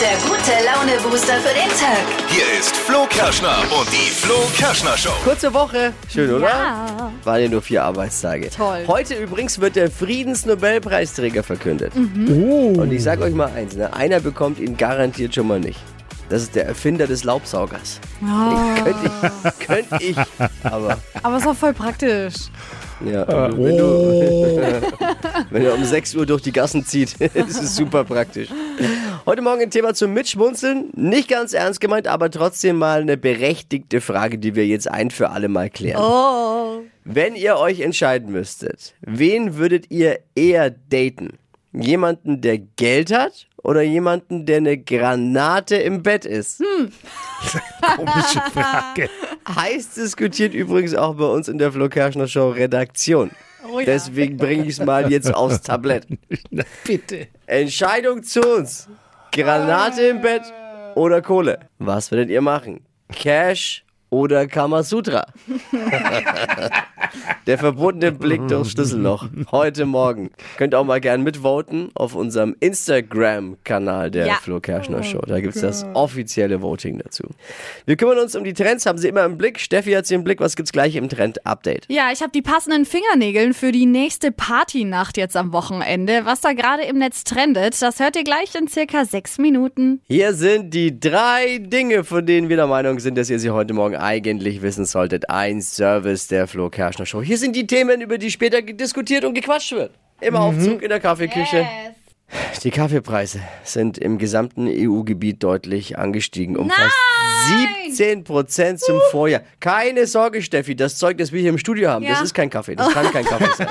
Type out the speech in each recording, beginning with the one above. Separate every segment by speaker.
Speaker 1: Der gute Laune-Booster für den Tag.
Speaker 2: Hier ist Flo Kerschner und die Flo Kerschner Show.
Speaker 3: Kurze Woche. Schön, oder?
Speaker 4: Ja.
Speaker 3: Waren ja nur vier Arbeitstage.
Speaker 4: Toll.
Speaker 3: Heute übrigens wird der Friedensnobelpreisträger verkündet. Und ich sag euch mal eins, ne? einer bekommt ihn garantiert schon mal nicht. Das ist der Erfinder des Laubsaugers. Ich, könnte ich, könnte ich, aber
Speaker 4: Aber ist auch voll praktisch.
Speaker 3: ja, wenn, du, wenn er um 6 Uhr durch die Gassen zieht, das ist super praktisch. Heute Morgen ein Thema zum Mitschmunzeln. Nicht ganz ernst gemeint, aber trotzdem mal eine berechtigte Frage, die wir jetzt ein für alle Mal klären.
Speaker 4: Oh.
Speaker 3: Wenn ihr euch entscheiden müsstet, wen würdet ihr eher daten? Jemanden, der Geld hat oder jemanden, der eine Granate im Bett ist?
Speaker 2: Komische Frage.
Speaker 3: Heiß diskutiert übrigens auch bei uns in der Flo Kerschner Show Redaktion.
Speaker 4: Oh ja.
Speaker 3: Deswegen bringe ich es mal jetzt aufs Tablett.
Speaker 2: Bitte.
Speaker 3: Entscheidung zu uns. Granate im Bett oder Kohle? Was würdet ihr machen? Cash oder Kamasutra? Der verbotene Blick durchs Schlüsselloch. Heute Morgen. Könnt auch mal gern mitvoten auf unserem Instagram-Kanal der
Speaker 4: Ja.
Speaker 3: Flo Kerschner Show. Da gibt's das offizielle Voting dazu. Wir kümmern uns um die Trends, haben sie immer im Blick. Steffi hat sie im Blick. Was gibt's gleich im Trend-Update?
Speaker 4: Ja, ich habe die passenden Fingernägeln für die nächste Partynacht jetzt am Wochenende. Was da gerade im Netz trendet, das hört ihr gleich in circa sechs Minuten.
Speaker 3: Hier sind die drei Dinge, von denen wir der Meinung sind, dass ihr sie heute Morgen eigentlich wissen solltet. Ein Service der Flo Kerschner Show. Hier sind die Themen, über die später ge- diskutiert und gequatscht wird. Im Aufzug, in der Kaffeeküche. Die Kaffeepreise sind im gesamten EU-Gebiet deutlich angestiegen. Um fast 17 Prozent zum Vorjahr. Keine Sorge, Steffi, das Zeug, das wir hier im Studio haben,
Speaker 4: Ja.
Speaker 3: das ist kein Kaffee. Das kann kein Kaffee sein.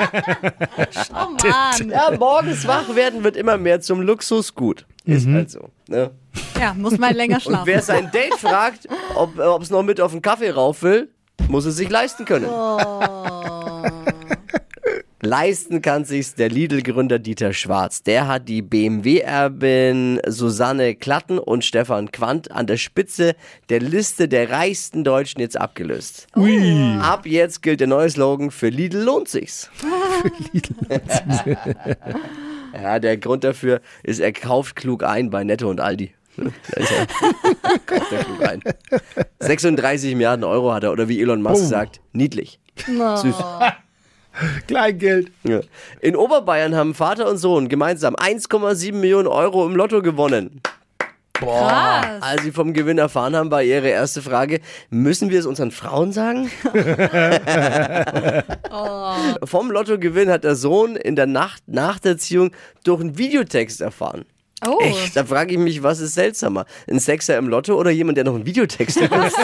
Speaker 4: Oh Mann.
Speaker 3: Ja, morgens wach werden wird immer mehr zum Luxusgut. Ist halt so. Ne?
Speaker 4: Ja, muss mal länger
Speaker 3: Und wer sein
Speaker 4: schlafen.
Speaker 3: Date fragt, ob es noch mit auf den Kaffee rauf will, muss es sich leisten können. Leisten kann sich's der Lidl-Gründer Dieter Schwarz. Der hat die BMW-Erbin Susanne Klatten und Stefan Quandt an der Spitze der Liste der reichsten Deutschen jetzt abgelöst.
Speaker 2: Ui.
Speaker 3: Ab jetzt gilt der neue Slogan, für Lidl lohnt sich's. Ja, der Grund dafür ist, er kauft klug ein bei Netto und Aldi. Da ist er. kauft er klug ein. 36 Milliarden Euro hat er, oder wie Elon Musk
Speaker 2: Oh.
Speaker 3: sagt, niedlich. Süß.
Speaker 2: Kleingeld.
Speaker 3: Ja. In Oberbayern haben Vater und Sohn gemeinsam 1,7 Millionen Euro im Lotto gewonnen.
Speaker 4: Krass.
Speaker 3: Als sie vom Gewinn erfahren haben, war ihre erste Frage, müssen wir es unseren Frauen sagen? Vom Lottogewinn hat der Sohn in der Nacht nach der Ziehung durch einen Videotext erfahren.
Speaker 4: Oh.
Speaker 3: Echt? Da frage ich mich, was ist seltsamer? Ein Sexer im Lotto oder jemand, der noch einen Videotext benutzt?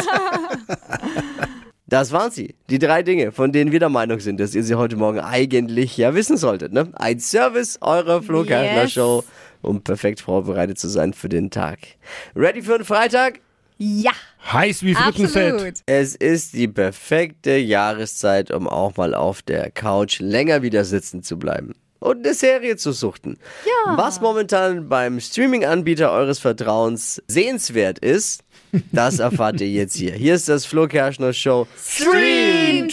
Speaker 3: Das waren sie. Die drei Dinge, von denen wir der Meinung sind, dass ihr sie heute Morgen eigentlich ja wissen solltet. Ne? Ein Service eurer Flo
Speaker 4: Yes.
Speaker 3: Kerschner Show, um perfekt vorbereitet zu sein für den Tag. Ready für den Freitag?
Speaker 4: Ja,
Speaker 5: Heiß wie Frittenfett.
Speaker 4: absolut.
Speaker 3: Es ist die perfekte Jahreszeit, um auch mal auf der Couch länger wieder sitzen zu bleiben und eine Serie zu suchten. Ja. Was momentan beim Streaming-Anbieter eures Vertrauens sehenswert ist, das erfahrt ihr jetzt hier. Hier ist das Flo Kerschner Show Stream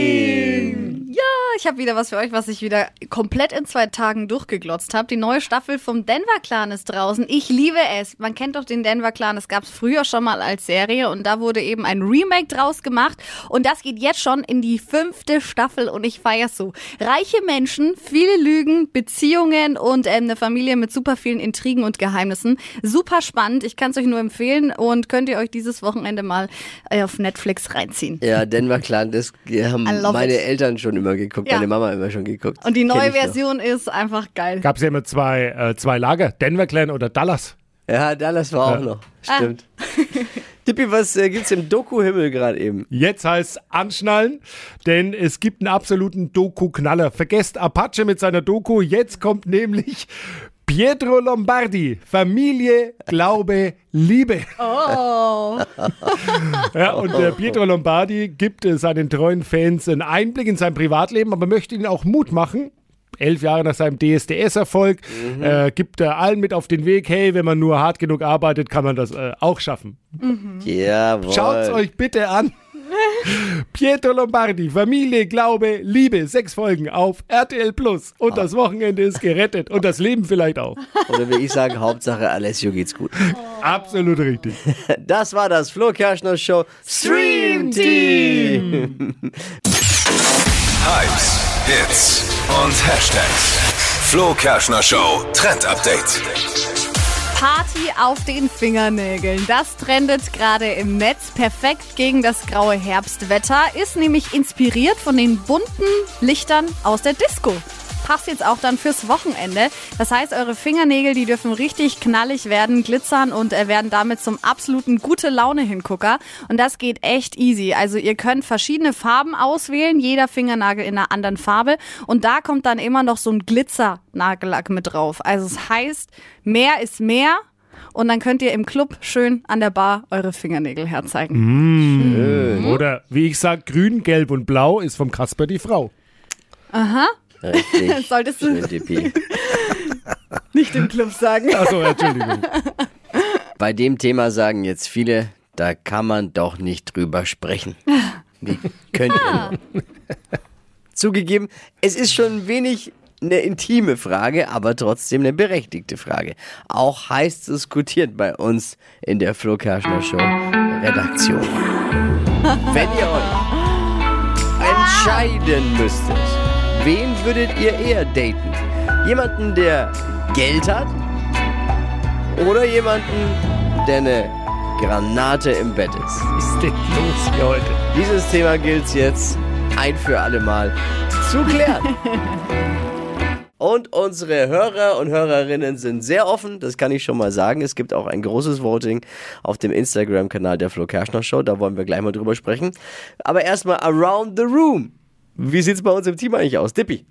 Speaker 3: Team.
Speaker 4: Ja, ich habe wieder was für euch, was ich wieder komplett in zwei Tagen durchgeglotzt habe. Die neue Staffel vom Denver Clan ist draußen. Ich liebe es. Man kennt doch den Denver Clan. Es gab es früher schon mal als Serie und da wurde eben ein Remake draus gemacht. Und das geht jetzt schon in die fünfte Staffel und ich feier's so. Reiche Menschen, viele Lügen, Beziehungen und ähm, eine Familie mit super vielen Intrigen und Geheimnissen. Super spannend. Ich kann's euch nur empfehlen und könnt ihr euch dieses Wochenende mal äh, auf Netflix reinziehen.
Speaker 3: Ja, Denver Clan, das haben
Speaker 4: I love
Speaker 3: meine
Speaker 4: it.
Speaker 3: Eltern schon immer geguckt,
Speaker 4: Ja.
Speaker 3: meine Mama immer schon geguckt.
Speaker 4: Und die
Speaker 3: Kenn
Speaker 4: neue
Speaker 3: ich noch.
Speaker 4: Version ist einfach geil.
Speaker 5: Gab es ja immer zwei, äh, zwei Lager, Denver Clan oder Dallas.
Speaker 3: Ja, Dallas war auch
Speaker 5: Ja.
Speaker 3: noch. Stimmt.
Speaker 4: Ah.
Speaker 3: Tippi, was äh, gibt's im Doku-Himmel gerade eben?
Speaker 5: Jetzt heißt anschnallen, denn es gibt einen absoluten Doku-Knaller. Vergesst Apache mit seiner Doku. Jetzt kommt nämlich Pietro Lombardi. Familie, Glaube, Liebe.
Speaker 4: Oh.
Speaker 5: Ja, und der Pietro Lombardi gibt äh, seinen treuen Fans einen Einblick in sein Privatleben, aber möchte ihnen auch Mut machen. Elf Jahre nach seinem DSDS-Erfolg äh, gibt er allen mit auf den Weg, hey, wenn man nur hart genug arbeitet, kann man das äh, auch schaffen.
Speaker 3: Jawohl.
Speaker 5: Schaut's euch bitte an. Pietro Lombardi, Familie, Glaube, Liebe, sechs Folgen auf RTL Plus. Und das Wochenende ist gerettet. Und das Leben vielleicht auch.
Speaker 3: Oder will ich sagen, Hauptsache Alessio geht's gut.
Speaker 5: Absolut richtig.
Speaker 3: Das war das Flo Kerschner Show Stream Team.
Speaker 2: Hypes, Hits und Hashtags. Flo Kerschner Show Trend Update.
Speaker 4: Party auf den Fingernägeln. Das trendet gerade im Netz. Perfekt gegen das graue Herbstwetter. Ist nämlich inspiriert von den bunten Lichtern aus der Disco. Passt jetzt auch dann fürs Wochenende. Das heißt, eure Fingernägel, die dürfen richtig knallig werden, glitzern und äh, werden damit zum absoluten gute Laune Hingucker. Und das geht echt easy. Also ihr könnt verschiedene Farben auswählen, jeder Fingernagel in einer anderen Farbe. Und da kommt dann immer noch so ein Glitzer-Nagellack mit drauf. Also es heißt, mehr ist mehr. Und dann könnt ihr im Club schön an der Bar eure Fingernägel herzeigen.
Speaker 5: Oder wie ich sag, grün, gelb und blau ist vom Kasper die Frau.
Speaker 3: Richtig.
Speaker 4: Solltest du-
Speaker 3: schön, Dippi.
Speaker 4: Nicht im Club sagen.
Speaker 5: Achso, Also, Entschuldigung.
Speaker 3: Bei dem Thema sagen jetzt viele, da kann man doch nicht drüber sprechen. Wie könnt ihr? nur? Zugegeben, es ist schon ein wenig eine intime Frage, aber trotzdem eine berechtigte Frage. Auch heiß diskutiert bei uns in der Flo Kerschner Show Redaktion. Wenn ihr euch entscheiden müsstet, wen würdet ihr eher daten? Jemanden, der Geld hat oder jemanden, der eine Granate im Bett ist.
Speaker 5: Was ist denn los hier heute?
Speaker 3: Dieses Thema gilt es jetzt ein für alle Mal zu klären. Und unsere Hörer und Hörerinnen sind sehr offen, das kann ich schon mal sagen. Es gibt auch ein großes Voting auf dem Instagram-Kanal der Flo Kerschner Show, da wollen wir gleich mal drüber sprechen. Aber erstmal Around the Room. Wie sieht's bei uns im Team eigentlich aus? Dippi?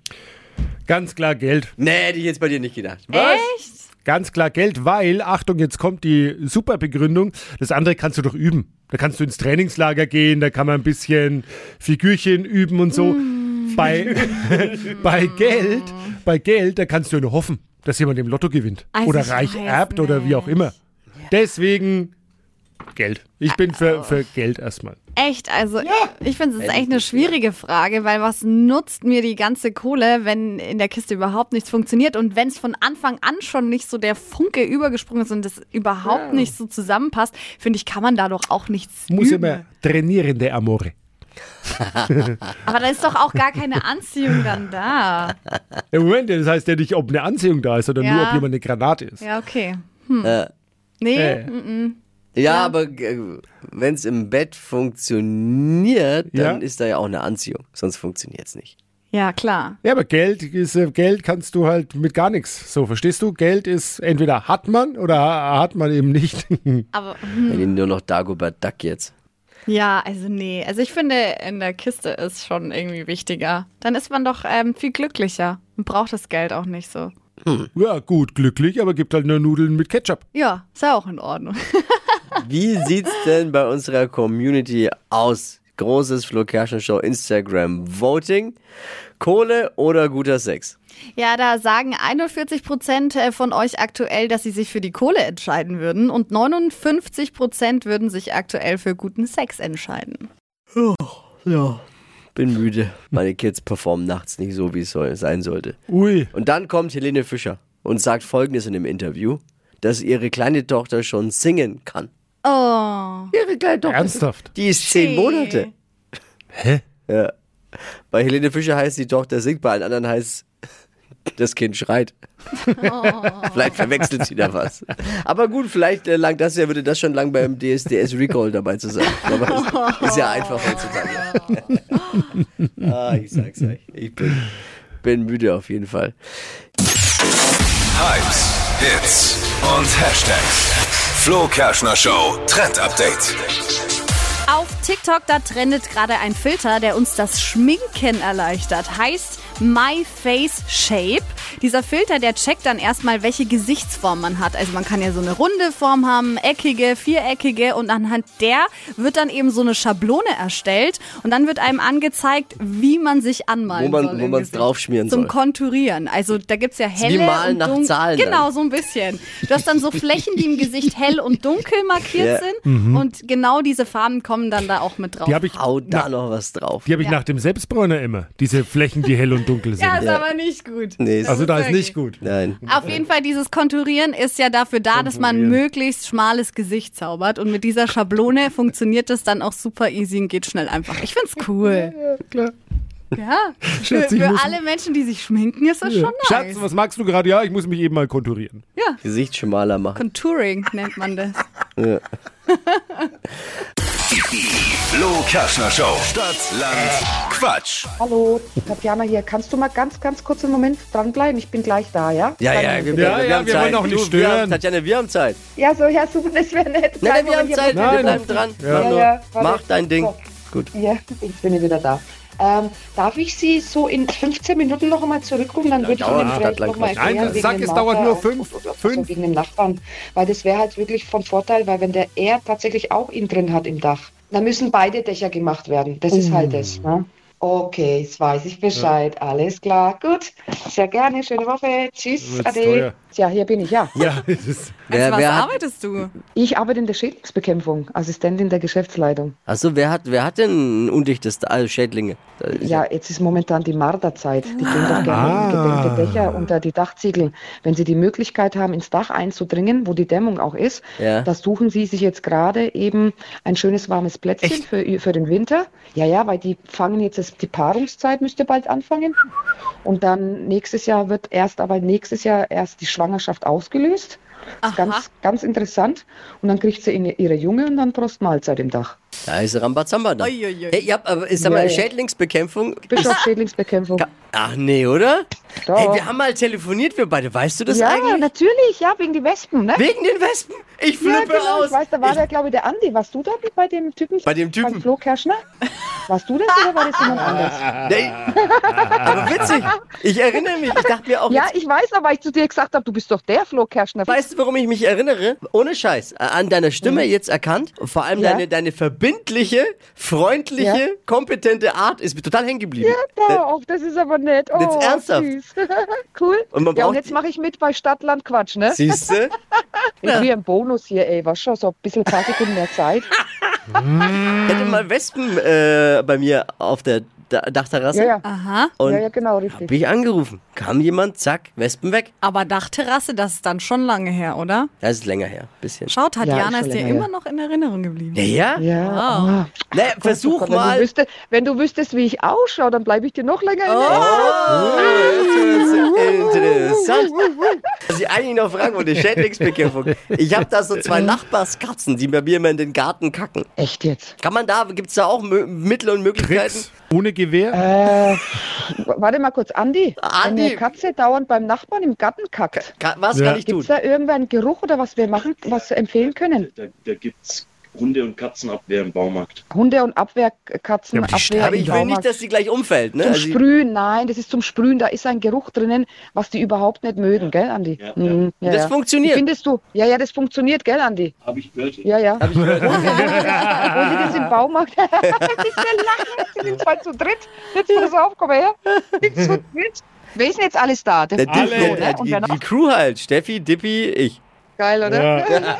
Speaker 5: Ganz klar Geld.
Speaker 3: Nee, hätte ich jetzt bei dir nicht gedacht.
Speaker 4: Echt?
Speaker 5: Ganz klar Geld, weil, Achtung, jetzt kommt die super Begründung. Das andere kannst du doch üben. Da kannst du ins Trainingslager gehen, da kann man ein bisschen Figürchen üben und so.
Speaker 4: Mm.
Speaker 5: Bei, bei Geld, bei Geld, da kannst du nur hoffen, dass jemand im Lotto gewinnt.
Speaker 4: Also
Speaker 5: oder
Speaker 4: ich
Speaker 5: reich
Speaker 4: weiß
Speaker 5: erbt oder wie auch immer. Deswegen Geld. Ich bin
Speaker 4: Also.
Speaker 5: für, für Geld erstmal.
Speaker 4: Echt, also ich finde es ist echt eine schwierige Frage, weil was nutzt mir die ganze Kohle, wenn in der Kiste überhaupt nichts funktioniert und wenn es von Anfang an schon nicht so der Funke übergesprungen ist und das überhaupt nicht so zusammenpasst, finde ich, kann man da doch auch nichts
Speaker 5: Muss
Speaker 4: üben.
Speaker 5: immer trainieren, der Amore.
Speaker 4: Aber da ist doch auch gar keine Anziehung dann da.
Speaker 5: Im Moment, das heißt ja nicht, ob eine Anziehung da ist, sondern
Speaker 4: Ja.
Speaker 5: nur, ob jemand eine Granate ist.
Speaker 4: Ja, okay. Hm. Nee,
Speaker 5: Äh.
Speaker 3: Ja, aber wenn es im Bett funktioniert, dann
Speaker 5: Ja.
Speaker 3: ist da ja auch eine Anziehung. Sonst funktioniert es nicht.
Speaker 4: ja klar.
Speaker 5: Ja, aber Geld ist, äh, Geld kannst du halt mit gar nichts. So, verstehst du? Geld ist entweder hat man oder ha- hat man eben nicht.
Speaker 4: Aber
Speaker 3: Wenn ihr nur noch Dagobert Duck jetzt.
Speaker 4: ja, also nee. Also ich finde, in der Kiste ist schon irgendwie wichtiger. Dann ist man doch ähm, viel glücklicher und braucht das Geld auch nicht so.
Speaker 5: ja, gut, glücklich, aber gibt halt nur Nudeln mit Ketchup.
Speaker 4: Ja, ist ja auch in Ordnung.
Speaker 3: Wie sieht's denn bei unserer Community aus? Großes Flo Kerschner Show Instagram Voting. Kohle oder guter Sex?
Speaker 4: Ja, da sagen 41 Prozent äh, von euch aktuell, dass sie sich für die Kohle entscheiden würden und 59 Prozent würden sich aktuell für guten Sex entscheiden.
Speaker 3: Bin müde. Meine Kids performen nachts nicht so, wie es soll, sein sollte.
Speaker 5: Ui.
Speaker 3: Und dann kommt Helene Fischer und sagt folgendes in dem Interview, dass ihre kleine Tochter schon singen kann.
Speaker 4: Oh,
Speaker 3: Ihre kleine Tochter.
Speaker 5: Ernsthaft?
Speaker 3: Die ist zehn
Speaker 4: Hey.
Speaker 3: Monate.
Speaker 5: Hä?
Speaker 3: Ja. Bei Helene Fischer heißt die Tochter singt, bei allen anderen heißt das Kind schreit. vielleicht verwechselt sie da was. Aber gut, vielleicht äh, langt das ja, würde das schon lang beim DSDS Recall dabei zu sein. Aber ist ja einfach heutzutage. ah, ich sag's euch. Ich bin, bin müde auf jeden Fall.
Speaker 2: Hypes, Hits und Hashtags. Flo Kerschner Show Trend Update.
Speaker 4: Auf TikTok, da trendet gerade ein Filter, der uns das Schminken erleichtert. Heißt My Face Shape. Dieser Filter, der checkt dann erstmal, welche Gesichtsform man hat. Also man kann ja so eine runde Form haben, eckige, viereckige und anhand der wird dann eben so eine Schablone erstellt und dann wird einem angezeigt, wie man sich anmalen
Speaker 3: Wo man-
Speaker 4: soll.
Speaker 3: wo
Speaker 4: im
Speaker 3: man's
Speaker 4: Gesicht.
Speaker 3: draufschmieren
Speaker 4: Zum
Speaker 3: soll.
Speaker 4: Konturieren. Also da gibt's ja
Speaker 3: wie
Speaker 4: helle
Speaker 3: Malen
Speaker 4: und
Speaker 3: nach
Speaker 4: dun-
Speaker 3: Zahlen dann.
Speaker 4: Genau, so ein bisschen. Du hast dann so Flächen, die im Gesicht hell und dunkel
Speaker 3: Ja.
Speaker 4: markiert sind und genau diese Farben kommen dann da auch mit drauf.
Speaker 5: Mhm. Die habe ich,
Speaker 3: Hau da
Speaker 5: na,
Speaker 3: noch was drauf.
Speaker 5: die hab ich nach dem Selbstbräuner immer. Diese Flächen, die hell und dunkel sind.
Speaker 4: ja, ist
Speaker 3: Ja.
Speaker 4: aber nicht gut.
Speaker 3: Nee,
Speaker 5: also da ist
Speaker 4: wirklich-
Speaker 5: nicht gut.
Speaker 3: nein.
Speaker 4: Auf jeden Fall, dieses Konturieren ist ja dafür da, dass man
Speaker 5: Konturieren.
Speaker 4: möglichst schmales Gesicht zaubert. Und mit dieser Schablone funktioniert das dann auch super easy und geht schnell einfach. Ich find's cool.
Speaker 5: klar.
Speaker 4: Ja, für,
Speaker 5: Schatz, ich
Speaker 4: für
Speaker 5: muss-
Speaker 4: alle Menschen, die sich schminken, ist das schon nice.
Speaker 5: Schatz, was magst du gerade? Ja, ich muss mich eben mal konturieren.
Speaker 4: Ja,
Speaker 3: Gesicht schmaler machen.
Speaker 4: Contouring nennt man das.
Speaker 2: Flo Kerschner Show. Stadt, Land, Quatsch.
Speaker 6: Hallo, Tatjana hier. Kannst du mal ganz, ganz kurz einen Moment dranbleiben? Ich bin gleich da, ja?
Speaker 3: Ja, ja, wir,
Speaker 5: Ja, ja, wir wollen auch
Speaker 3: Du,
Speaker 5: nicht
Speaker 3: wir haben-
Speaker 5: stören.
Speaker 3: Tatjana, wir haben Zeit.
Speaker 6: Ja, so, ja, super, das wäre nett.
Speaker 3: Nein, nein,
Speaker 6: Kleinen
Speaker 3: wir haben
Speaker 6: Moment,
Speaker 3: Zeit.
Speaker 6: ich hab-
Speaker 5: Nein.
Speaker 3: wir bleiben dran.
Speaker 5: Ja.
Speaker 3: Mach, nur,
Speaker 6: Ja, ja, warte.
Speaker 3: mach dein Ding.
Speaker 6: So.
Speaker 3: Gut.
Speaker 6: Ja, jetzt bin ich wieder da. Ähm, darf ich Sie so in 15 Minuten noch einmal zurückrufen? Dann würde ich
Speaker 3: dauert
Speaker 6: Ihnen
Speaker 3: nicht
Speaker 6: vielleicht
Speaker 3: lang
Speaker 6: noch mal
Speaker 3: was.
Speaker 5: Nein,
Speaker 6: erklären, wegen
Speaker 5: sag,
Speaker 6: dem
Speaker 5: es dauert
Speaker 6: Marker
Speaker 5: nur
Speaker 6: und-
Speaker 5: fünf-
Speaker 6: und- und-
Speaker 5: fünf.
Speaker 6: Also wegen dem Nachbarn. Weil das wäre halt wirklich vom Vorteil, weil wenn der er tatsächlich auch ihn drin hat im Dach, dann müssen beide Dächer gemacht werden. Das ist halt das. Ne? Okay, jetzt weiß ich Bescheid. Alles klar. Gut. Sehr gerne. Schöne Woche. Tschüss.
Speaker 5: Wird's
Speaker 6: Ade.
Speaker 5: teuer.
Speaker 6: Ja, hier bin ich, ja.
Speaker 5: Ja, es ist,
Speaker 4: Als
Speaker 3: Wer,
Speaker 4: was
Speaker 3: wer hat,
Speaker 4: arbeitest du?
Speaker 6: Ich arbeite in der Schädlingsbekämpfung, Assistentin der Geschäftsleitung.
Speaker 3: achso, wer hat, wer hat denn ein undichtes ah, Schädlinge? Da-
Speaker 6: Ja, jetzt ist momentan die Marderzeit. Die gehen doch gerne
Speaker 5: Ah.
Speaker 6: unter die Dächer, unter die Dachziegel. Wenn sie die Möglichkeit haben, ins Dach einzudringen, wo die Dämmung auch ist,
Speaker 3: Ja.
Speaker 6: da suchen sie sich jetzt gerade eben ein schönes warmes Plätzchen für, für den Winter. Ja, ja, weil die fangen jetzt, das, die Paarungszeit müsste bald anfangen. Und dann nächstes Jahr wird erst, aber nächstes Jahr erst die Schwangerschaft ausgelöst. Das ist
Speaker 4: Aha.
Speaker 6: ganz, ganz interessant. Und dann kriegt sie ihre- ihre Junge und dann Prost Mahlzeit im Dach.
Speaker 3: Da ist Rambazamba da.
Speaker 4: Ui, ui, ui.
Speaker 3: Hey, ihr habt aber, ist da
Speaker 6: Ja,
Speaker 3: mal
Speaker 6: ja.
Speaker 3: Schädlingsbekämpfung?
Speaker 6: Bischof-Schädlingsbekämpfung.
Speaker 3: Ach nee, oder?
Speaker 6: Doch.
Speaker 3: Hey, wir haben mal telefoniert, wir beide. Weißt du das
Speaker 6: ja,
Speaker 3: eigentlich?
Speaker 6: natürlich, ja, wegen die Wespen, ne?
Speaker 3: Wegen den Wespen? Ich
Speaker 6: Ja,
Speaker 3: flippe
Speaker 6: genau,
Speaker 3: aus.
Speaker 6: ich weiß, da war der, glaube ich, der Andi. Warst du da bei dem Typen?
Speaker 3: Bei dem Typen? Ah.
Speaker 6: Beim Flo Kerschner? Warst du das oder war das jemand anders?
Speaker 3: Nee. Aber witzig. Ich erinnere mich. Ich dachte mir auch,
Speaker 6: Ja,
Speaker 3: jetzt,
Speaker 6: ich weiß, aber ich zu dir gesagt habe, du bist doch der Flo Kerschner.
Speaker 3: weißt du, warum ich mich erinnere? Ohne Scheiß. An deiner Stimme jetzt erkannt. Und vor allem
Speaker 6: Mhm. Ja.
Speaker 3: deine, deine verbindliche, freundliche,
Speaker 6: Ja.
Speaker 3: kompetente Art ist mir total hängen geblieben.
Speaker 6: Ja, oh, das ist aber nett. Oh,
Speaker 3: Jetzt ernsthaft?
Speaker 6: Süß. cool.
Speaker 3: Und man
Speaker 6: ja,
Speaker 3: braucht-
Speaker 6: und jetzt mache ich mit bei Stadtland Quatsch, ne?
Speaker 3: Siehst du?
Speaker 6: Ich will einen Bonus hier, ey. War schon so ein bisschen paar Sekunden mehr Zeit.
Speaker 3: Ich hatte mal Wespen äh, bei mir auf der Da- Dachterrasse.
Speaker 6: Ja, ja.
Speaker 4: Aha,
Speaker 3: Und
Speaker 6: ja, ja, genau, richtig.
Speaker 3: bin ich angerufen. Kam jemand, zack, Wespen weg.
Speaker 4: aber Dachterrasse, das ist dann schon lange her, oder?
Speaker 3: Das ist länger her. Bisschen.
Speaker 4: Schau,
Speaker 6: Ja, ist
Speaker 4: Tatjana
Speaker 6: schon
Speaker 4: ist dir
Speaker 6: länger
Speaker 4: immer
Speaker 6: her.
Speaker 4: noch in Erinnerung geblieben.
Speaker 3: Ja?
Speaker 6: Ja, oh.
Speaker 3: Naja, versuch
Speaker 6: Wenn du,
Speaker 3: mal.
Speaker 6: wüsste, wenn du wüsstest, wie ich ausschaue, dann bleibe ich dir noch länger in
Speaker 3: Oh,
Speaker 6: Erinnerung.
Speaker 3: das ist interessant. Was ich eigentlich noch fragen wollte, Schädlingsbekämpfung. Ich habe da so zwei Nachbarskatzen, die bei mir immer in den Garten kacken.
Speaker 6: Echt jetzt?
Speaker 3: Kann man da, gibt's da auch Mö- Mittel und Möglichkeiten?
Speaker 5: Tricks ohne Gewehr.
Speaker 6: Äh, warte mal kurz, Andi.
Speaker 3: Andi.
Speaker 6: Wenn eine Katze dauernd beim Nachbarn im Garten kackt,
Speaker 3: Ka- Was
Speaker 5: Ja.
Speaker 3: kann ich
Speaker 6: gibt
Speaker 3: tun?
Speaker 6: es da irgendeinen Geruch oder was wir machen, was wir empfehlen können?
Speaker 7: Da, da gibt es Hunde- und Katzenabwehr im Baumarkt.
Speaker 6: Hunde und Abwehrkatzen,
Speaker 5: Ja, aber die
Speaker 6: Abwehr
Speaker 3: Aber
Speaker 6: im
Speaker 3: ich will nicht,
Speaker 6: Baumarkt.
Speaker 3: dass die gleich umfällt. Ne?
Speaker 6: zum
Speaker 3: Also,
Speaker 6: Sprühen, nein, das ist zum Sprühen, da ist ein Geruch drinnen, was die überhaupt nicht mögen, gell, Andi?
Speaker 7: Ja, ja.
Speaker 6: Mhm, ja,
Speaker 3: Das
Speaker 6: ja.
Speaker 3: funktioniert.
Speaker 6: Findest du? Ja, ja, das funktioniert, gell, Andi?
Speaker 7: Habe ich gehört.
Speaker 6: Ja, ja. Hab ich Wollt ihr das im Baumarkt? Nicht mehr lachen, sie sind zwar zu dritt. Jetzt pass auf, komm mal her. Sind zu dritt. Wer ist denn jetzt alles da? Der
Speaker 3: der
Speaker 6: Flo,
Speaker 5: Alle.
Speaker 3: der, der,
Speaker 6: ne? Und
Speaker 3: die,
Speaker 6: wer noch?
Speaker 3: die Crew halt. Steffi, Dippi, ich.
Speaker 6: Geil,
Speaker 5: Äh,
Speaker 6: oder?
Speaker 5: Ja.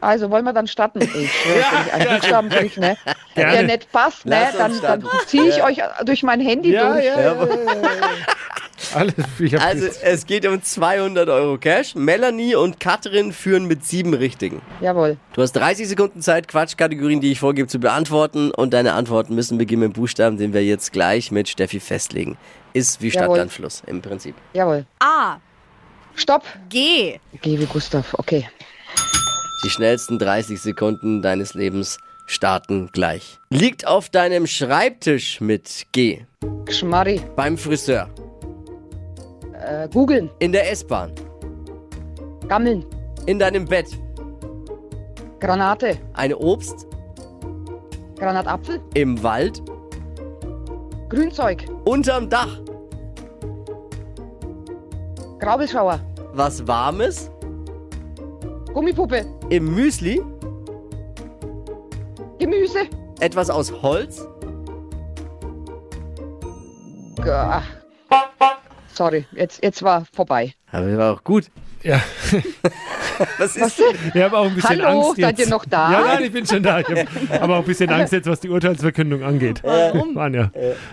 Speaker 6: Also wollen wir dann starten? Ich schwöre, wenn ich einen Buchstaben kriege, ne?
Speaker 5: Gerne.
Speaker 6: der nicht passt, ne?
Speaker 3: Lass uns
Speaker 6: dann, dann
Speaker 3: starten.
Speaker 6: ziehe ich
Speaker 3: Ja.
Speaker 6: euch durch mein Handy
Speaker 5: Ja, ja,
Speaker 6: durch.
Speaker 5: ja, ja, ja. Alles, ich hab
Speaker 3: Also es geht um 200 Euro Cash. Melanie und Katrin führen mit sieben Richtigen.
Speaker 6: Jawohl.
Speaker 3: Du hast 30 Sekunden Zeit, Quatschkategorien, die ich vorgebe, zu beantworten. Und deine Antworten müssen beginnen mit Buchstaben, den wir jetzt gleich mit Steffi festlegen. Ist wie Stadt,
Speaker 6: Jawohl.
Speaker 3: Land, Fluss im Prinzip.
Speaker 6: Jawohl.
Speaker 4: A,
Speaker 6: Stopp.
Speaker 4: G,
Speaker 6: Geh wie Gustav. Okay.
Speaker 3: Die schnellsten 30 Sekunden deines Lebens starten gleich. Liegt auf deinem Schreibtisch mit G.
Speaker 6: Schmarri.
Speaker 3: Beim Friseur.
Speaker 6: Äh, googeln.
Speaker 3: In der S-Bahn.
Speaker 6: Gammeln.
Speaker 3: In deinem Bett.
Speaker 6: Granate.
Speaker 3: Ein Obst.
Speaker 6: Granatapfel.
Speaker 3: Im Wald.
Speaker 6: Grünzeug.
Speaker 3: Unterm Dach.
Speaker 6: Graubelschauer,
Speaker 3: Was Warmes
Speaker 6: Gummipuppe,
Speaker 3: im Müsli,
Speaker 6: Gemüse,
Speaker 3: etwas aus Holz,
Speaker 6: Gah. Sorry, jetzt, jetzt war vorbei.
Speaker 3: aber das war auch gut.
Speaker 5: Ja,
Speaker 3: Was ist
Speaker 5: ich habe auch ein bisschen
Speaker 6: Hallo,
Speaker 5: Angst.
Speaker 6: seid
Speaker 5: jetzt.
Speaker 6: ihr noch da?
Speaker 5: Ja, nein, ich bin schon da. Ich habe aber auch ein bisschen Angst jetzt, was die Urteilsverkündung angeht. Warum? Waren ja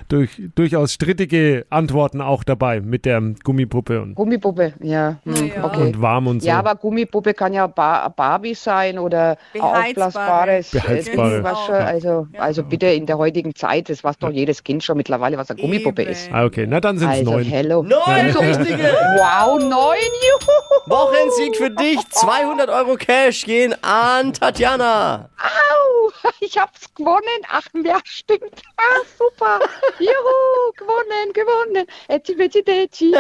Speaker 5: durch, durchaus strittige Antworten auch dabei mit der Gummipuppe und,
Speaker 6: Gummipuppe, ja. Hm,
Speaker 4: ja.
Speaker 6: Okay.
Speaker 5: und warm und so.
Speaker 6: Ja, aber Gummipuppe kann ja ba Barbie sein oder ein
Speaker 4: Beheizbare.
Speaker 6: aufblasbares. äh,
Speaker 5: Beheizbare.
Speaker 6: irgendwas schon. Also, also bitte in der heutigen Zeit, das weiß doch jedes Kind schon mittlerweile, was eine Gummipuppe
Speaker 4: Eben.
Speaker 6: ist.
Speaker 5: ah, okay, na dann sind es
Speaker 6: Also,
Speaker 5: neun.
Speaker 6: hello.
Speaker 3: Neun
Speaker 6: So-
Speaker 3: richtige
Speaker 6: Wow, neun, juhu.
Speaker 3: Wochensieg für dich. 200 Euro Cash gehen an Tatjana.
Speaker 6: Au, ich hab's gewonnen. Ach, ja, stimmt. Ah, super. Juhu, gewonnen, gewonnen. Etzi, betzi, detzi.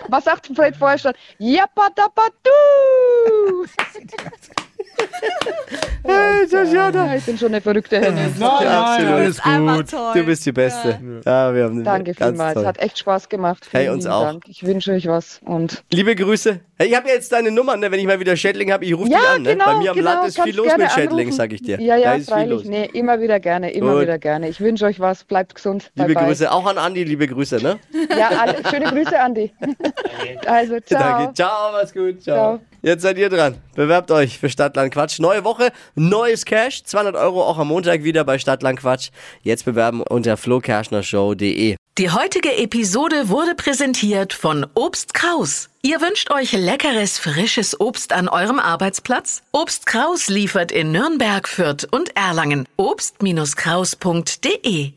Speaker 6: Was sagt Fred vorher schon? Jappadapadu. hey, Tatjana. Ich bin schon eine verrückte Henne.
Speaker 5: Nein, nein,
Speaker 3: Absolut.
Speaker 5: alles
Speaker 4: Einfach
Speaker 5: gut.
Speaker 4: toll.
Speaker 3: Du bist die Beste. Ja, wir haben
Speaker 6: Danke
Speaker 3: ganz
Speaker 6: vielmals.
Speaker 3: toll.
Speaker 6: Hat echt Spaß gemacht.
Speaker 3: Hey,
Speaker 6: Vielen
Speaker 3: uns
Speaker 6: lieben
Speaker 3: auch.
Speaker 6: Dank. Ich wünsche euch was. Und
Speaker 3: Liebe Grüße. Hey, ich habe ja jetzt deine Nummer, ne? wenn ich mal wieder Schädling habe, ich rufe
Speaker 6: ja,
Speaker 3: dich an. Ne?
Speaker 6: genau.
Speaker 3: Bei mir am
Speaker 6: genau,
Speaker 3: Land ist
Speaker 6: kannst
Speaker 3: viel los
Speaker 6: gerne
Speaker 3: mit Schädling,
Speaker 6: anrufen.
Speaker 3: sag ich dir.
Speaker 6: Ja,
Speaker 3: da
Speaker 6: ja,
Speaker 3: ist viel los.
Speaker 6: freilich. Nee, immer wieder gerne, immer
Speaker 3: Gut.
Speaker 6: wieder gerne. Ich wünsche euch was. Bleibt gesund.
Speaker 3: Liebe
Speaker 6: bye, bye.
Speaker 3: Grüße, auch an Andi, liebe Grüße. Ne?
Speaker 6: Ja, alle, schöne Grüße, Andi. Also, ciao.
Speaker 3: Danke. Ciao, mach's gut. Ciao.
Speaker 6: Ciao.
Speaker 3: Jetzt seid ihr dran. Bewerbt euch für Stadtland Quatsch. Neue Woche, neues Cash. 200 Euro auch am Montag wieder bei Stadtland Quatsch. Jetzt bewerben unter flokerschnershow.de.
Speaker 8: Die heutige Episode wurde präsentiert von Obst Kraus. Ihr wünscht euch leckeres, frisches Obst an eurem Arbeitsplatz? Obst Kraus liefert in Nürnberg, Fürth und Erlangen. Obst-Kraus.de